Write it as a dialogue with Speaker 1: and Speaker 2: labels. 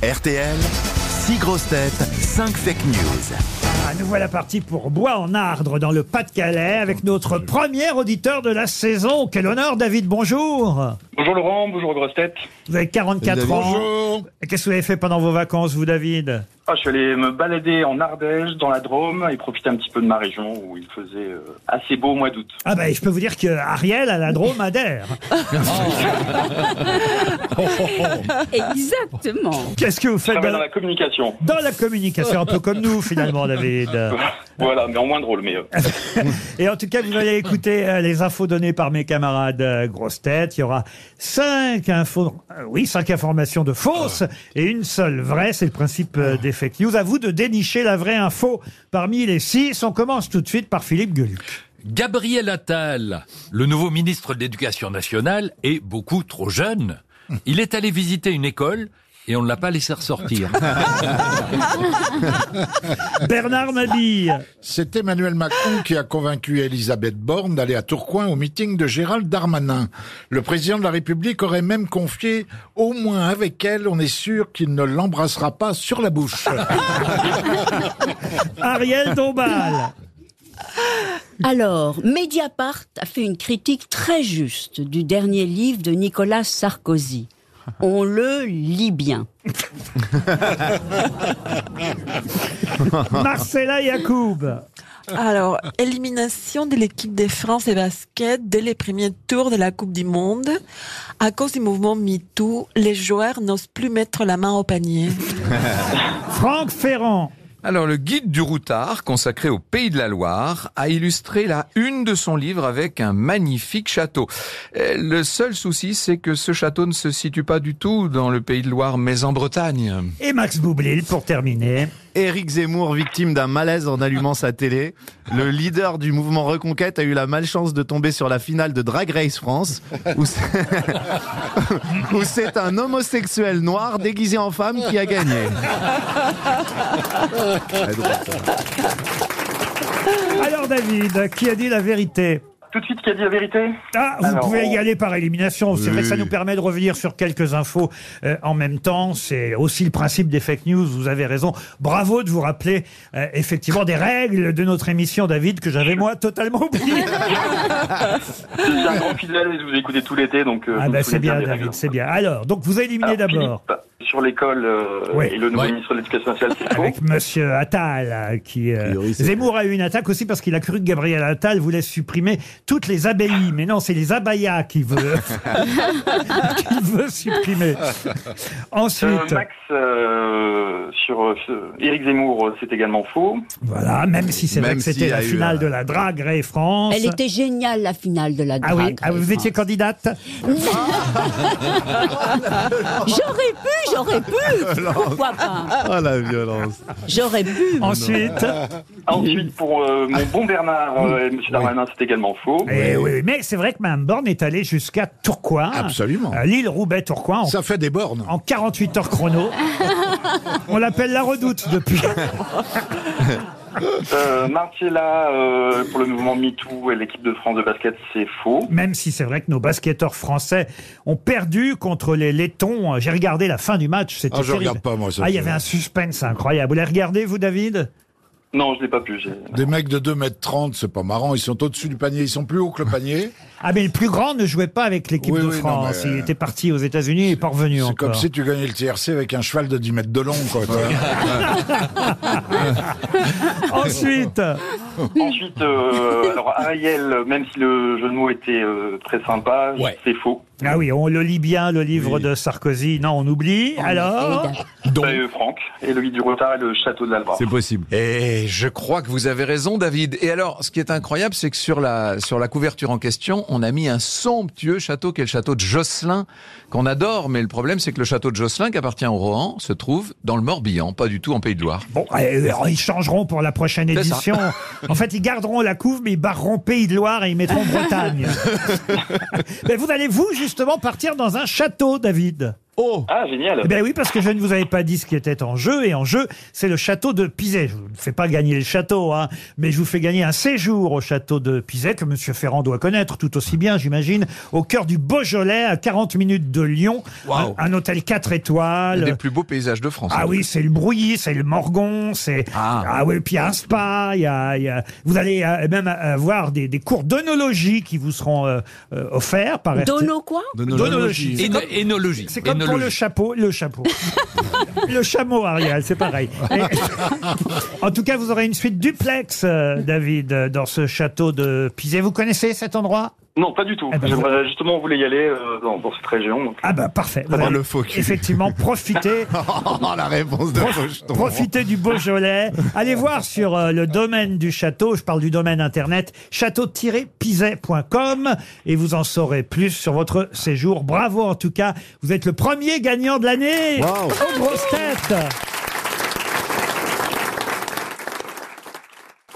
Speaker 1: RTL, 6 grosses têtes, 5 fake news.
Speaker 2: Ah, nous voilà partis pour Bois en Ardre dans le Pas-de-Calais avec notre premier auditeur de la saison. Quel honneur, David, bonjour.
Speaker 3: Bonjour Laurent, bonjour Grosse Tête.
Speaker 2: Vous avez 44 ans. Qu'est-ce que vous avez fait pendant vos vacances, vous, David
Speaker 3: Ah, je suis allé me balader en Ardèche, dans la Drôme, et profiter un petit peu de ma région où il faisait euh, assez beau au mois d'août.
Speaker 2: Ah ben, je peux vous dire que Ariel à la Drôme adhère.
Speaker 4: Exactement.
Speaker 2: Qu'est-ce que vous
Speaker 3: Ça
Speaker 2: faites
Speaker 3: va
Speaker 2: dans
Speaker 3: Ah, dans
Speaker 2: la,
Speaker 3: la communication.
Speaker 2: dans la communication, un peu comme nous, finalement, David
Speaker 3: Voilà, mais en moins drôle. Mais euh,
Speaker 2: Ah, Et en tout cas, vous allez écouter euh, les infos données par mes camarades euh, grosses têtes. Il y aura cinq infos, euh, oui, cinq informations de fausses et une seule vraie. C'est le principe euh, des fake news. À vous de dénicher la vraie info parmi les six. On commence tout de suite par Philippe Gueluc.
Speaker 5: Gabriel Attal, le nouveau ministre de l'Éducation nationale, est beaucoup trop jeune. Il est allé visiter une école et on ne l'a pas laissé ressortir.
Speaker 2: Bernard Mabille.
Speaker 6: C'est Emmanuel Macron qui a convaincu Elisabeth Borne d'aller à Tourcoing au meeting de Gérald Darmanin. Le président de la République aurait même confié, au moins avec elle, on est sûr qu'il ne l'embrassera pas sur la bouche.
Speaker 2: Ariel Dombal.
Speaker 4: Alors, Mediapart a fait une critique très juste du dernier livre de Nicolas Sarkozy. On le lit bien.
Speaker 2: Marcella Yacoub.
Speaker 7: Alors, élimination de l'équipe de France de basket dès les premiers tours de la Coupe du Monde. À cause du mouvement MeToo, les joueurs n'osent plus mettre la main au panier.
Speaker 2: Franck Ferrand.
Speaker 8: Alors, le guide du routard, consacré au Pays de la Loire, a illustré la une de son livre avec un magnifique château. Euh, Le seul souci, c'est que ce château ne se situe pas du tout dans le Pays de Loire, mais en Bretagne.
Speaker 2: Et Max Boublil pour terminer.
Speaker 9: Éric Zemmour, victime d'un malaise en allumant sa télé. Le leader du mouvement Reconquête a eu la malchance de tomber sur la finale de Drag Race France, où c'est- où c'est un homosexuel noir déguisé en femme qui a gagné.
Speaker 2: Alors David, qui a dit la vérité
Speaker 3: tout de suite, qui a dit la vérité
Speaker 2: Ah, vous
Speaker 3: Alors,
Speaker 2: pouvez y
Speaker 3: on-
Speaker 2: aller par élimination. C'est vrai que ça
Speaker 9: Oui.
Speaker 2: nous permet de revenir sur quelques infos euh, en même temps. C'est aussi le principe des fake news. Vous avez raison. Bravo de vous rappeler euh, effectivement des règles de notre émission, David, que j'avais moi totalement oublié.
Speaker 3: Je suis un grand fidèle et je vous ai écouté tout l'été, donc. euh,
Speaker 2: ah
Speaker 3: je me
Speaker 2: ben
Speaker 3: souviens
Speaker 2: c'est bien,
Speaker 3: des
Speaker 2: David,
Speaker 3: règles.
Speaker 2: c'est bien. Alors, donc vous éliminez
Speaker 3: Alors,
Speaker 2: d'abord
Speaker 3: Philippe, Sur l'école euh,
Speaker 2: Oui.
Speaker 3: et le nouveau
Speaker 5: Oui.
Speaker 3: ministre de l'Éducation nationale, c'est faux.
Speaker 2: avec Monsieur Attal, euh, qui euh, Zemmour a eu une attaque aussi parce qu'il a cru que Gabriel Attal voulait supprimer toutes les abbayes. Mais non, c'est les abayas qu'il veut, qu'il veut supprimer.
Speaker 3: Euh,
Speaker 2: Ensuite.
Speaker 3: Max, euh, sur euh, ce- Éric Zemmour, euh, c'est également faux.
Speaker 2: Voilà, même si c'est vrai
Speaker 9: Même
Speaker 2: que c'était
Speaker 9: s'il y
Speaker 2: la
Speaker 9: a eu
Speaker 2: finale
Speaker 9: un-
Speaker 2: de la drague Ray France.
Speaker 4: Elle était géniale, la finale de la
Speaker 2: Ah oui,
Speaker 4: drague.
Speaker 2: ah, vous étiez candidate
Speaker 4: J'aurais pu, j'aurais pu. Pourquoi pas
Speaker 9: Oh la violence.
Speaker 4: J'aurais pu.
Speaker 2: ensuite.
Speaker 3: Ensuite, pour euh, mon
Speaker 2: Ah.
Speaker 3: bon Bernard euh, et M. Darmanin, c'est également faux.
Speaker 2: Eh oui, mais c'est vrai que Mme Borne est allée jusqu'à Tourcoing.
Speaker 6: Absolument.
Speaker 2: à Lille, Roubaix, Tourcoing, en,
Speaker 6: Ça fait des bornes.
Speaker 2: en 48 heures chrono. On l'appelle la redoute depuis.
Speaker 3: Euh, Marcella, euh, pour le mouvement MeToo et l'équipe de France de basket, c'est faux.
Speaker 2: Même si c'est vrai que nos basketteurs français ont perdu contre les Lettons. J'ai regardé la fin du match, c'était
Speaker 6: Ah, je
Speaker 2: terrible.
Speaker 6: regarde pas, moi, ça.
Speaker 2: Ah, il y avait un suspense incroyable. Vous l'avez regardé, vous, David
Speaker 3: Non, je l'ai pas pu. j'ai-
Speaker 6: Des mecs de 2m30, c'est pas marrant. Ils sont au-dessus du panier, ils sont plus hauts que le panier.
Speaker 2: Ah, mais le plus grand ne jouait pas avec l'équipe
Speaker 6: Oui,
Speaker 2: de
Speaker 6: oui, non,
Speaker 2: France.
Speaker 6: mais,
Speaker 2: Il
Speaker 6: euh,
Speaker 2: était parti aux États-Unis et n'est pas revenu
Speaker 6: C'est
Speaker 2: encore.
Speaker 6: comme si tu gagnais le TRC avec un cheval de 10 mètres de long, quoi. tu vois.
Speaker 2: Ensuite, ah
Speaker 3: Ensuite, euh, alors Ariel, même si le jeu de mots était euh, très sympa,
Speaker 5: Ouais.
Speaker 3: c'est faux.
Speaker 2: ah oui, on le lit bien, le livre de Sarkozy. Non, on oublie.
Speaker 4: Ah,
Speaker 2: Alors,
Speaker 3: Donc... Bah, euh, Franck, et le guide du retard et le château de l'Albar.
Speaker 9: possible.
Speaker 8: Et je crois que vous avez raison, David. Et alors, ce qui est incroyable, c'est que sur la, sur la couverture en question, on a mis un somptueux château qui est le château de Josselin, qu'on adore. Mais le problème, c'est que le château de Josselin, qui appartient au Rohan, se trouve dans le Morbihan, pas du tout en Pays de Loire.
Speaker 2: bon, euh, ils changeront pour la prochaine
Speaker 8: Ah, C'est ça.
Speaker 2: édition. En fait, ils garderont la couve, mais ils barreront Pays de Loire et ils mettront Bretagne. mais vous allez, vous, justement, partir dans un château, David.
Speaker 9: Oh
Speaker 3: Ah, génial.
Speaker 2: Eh ben oui, parce que je ne vous avais pas dit ce qui était en jeu, et en jeu, c'est le château de Pizet. Je vous ne fais pas gagner le château, hein, mais je vous fais gagner un séjour au château de Pizet, que M. Ferrand doit connaître tout aussi bien, j'imagine, au cœur du Beaujolais, à 40 minutes de Lyon.
Speaker 8: Waouh.
Speaker 2: Un, un hôtel 4
Speaker 8: Un
Speaker 2: étoiles.
Speaker 8: des plus beaux paysages de France. hein.
Speaker 2: Ah oui, c'est le Brouilly, c'est le Morgon, c'est ah,
Speaker 8: Ah.
Speaker 2: oui, puis il y a un spa, il y a, il y a- vous allez euh, même avoir des, des cours d'onologie qui vous seront euh, euh, offerts par
Speaker 4: Dono quoi
Speaker 2: D'onologie. C'est
Speaker 5: Éno-
Speaker 2: comme-
Speaker 5: Énologie.
Speaker 2: c'est comme pour
Speaker 5: Énologie.
Speaker 2: le chapeau, le chapeau. le chameau, Ariel, c'est pareil. Et- en tout cas, vous aurez une suite duplex, euh, David, euh, dans ce château de Pizet. Vous connaissez cet endroit
Speaker 3: Non, pas du tout.
Speaker 2: Eh ben,
Speaker 3: J'aimerais- Justement, on voulait y aller euh, dans, dans cette région. donc.
Speaker 2: Ah bah parfait. Vous
Speaker 8: ben,
Speaker 9: Oh,
Speaker 2: allez
Speaker 9: le faux cul.
Speaker 2: Effectivement, profitez.
Speaker 9: Oh, la réponse de Faucheton.
Speaker 2: Profitez du Beaujolais. Allez voir sur euh, le domaine du château. Je parle du domaine internet château-pizet.com et vous en saurez plus sur votre séjour. Bravo en tout cas. Vous êtes le premier gagnant de l'année.
Speaker 9: Wow.
Speaker 2: Aux grosses têtes.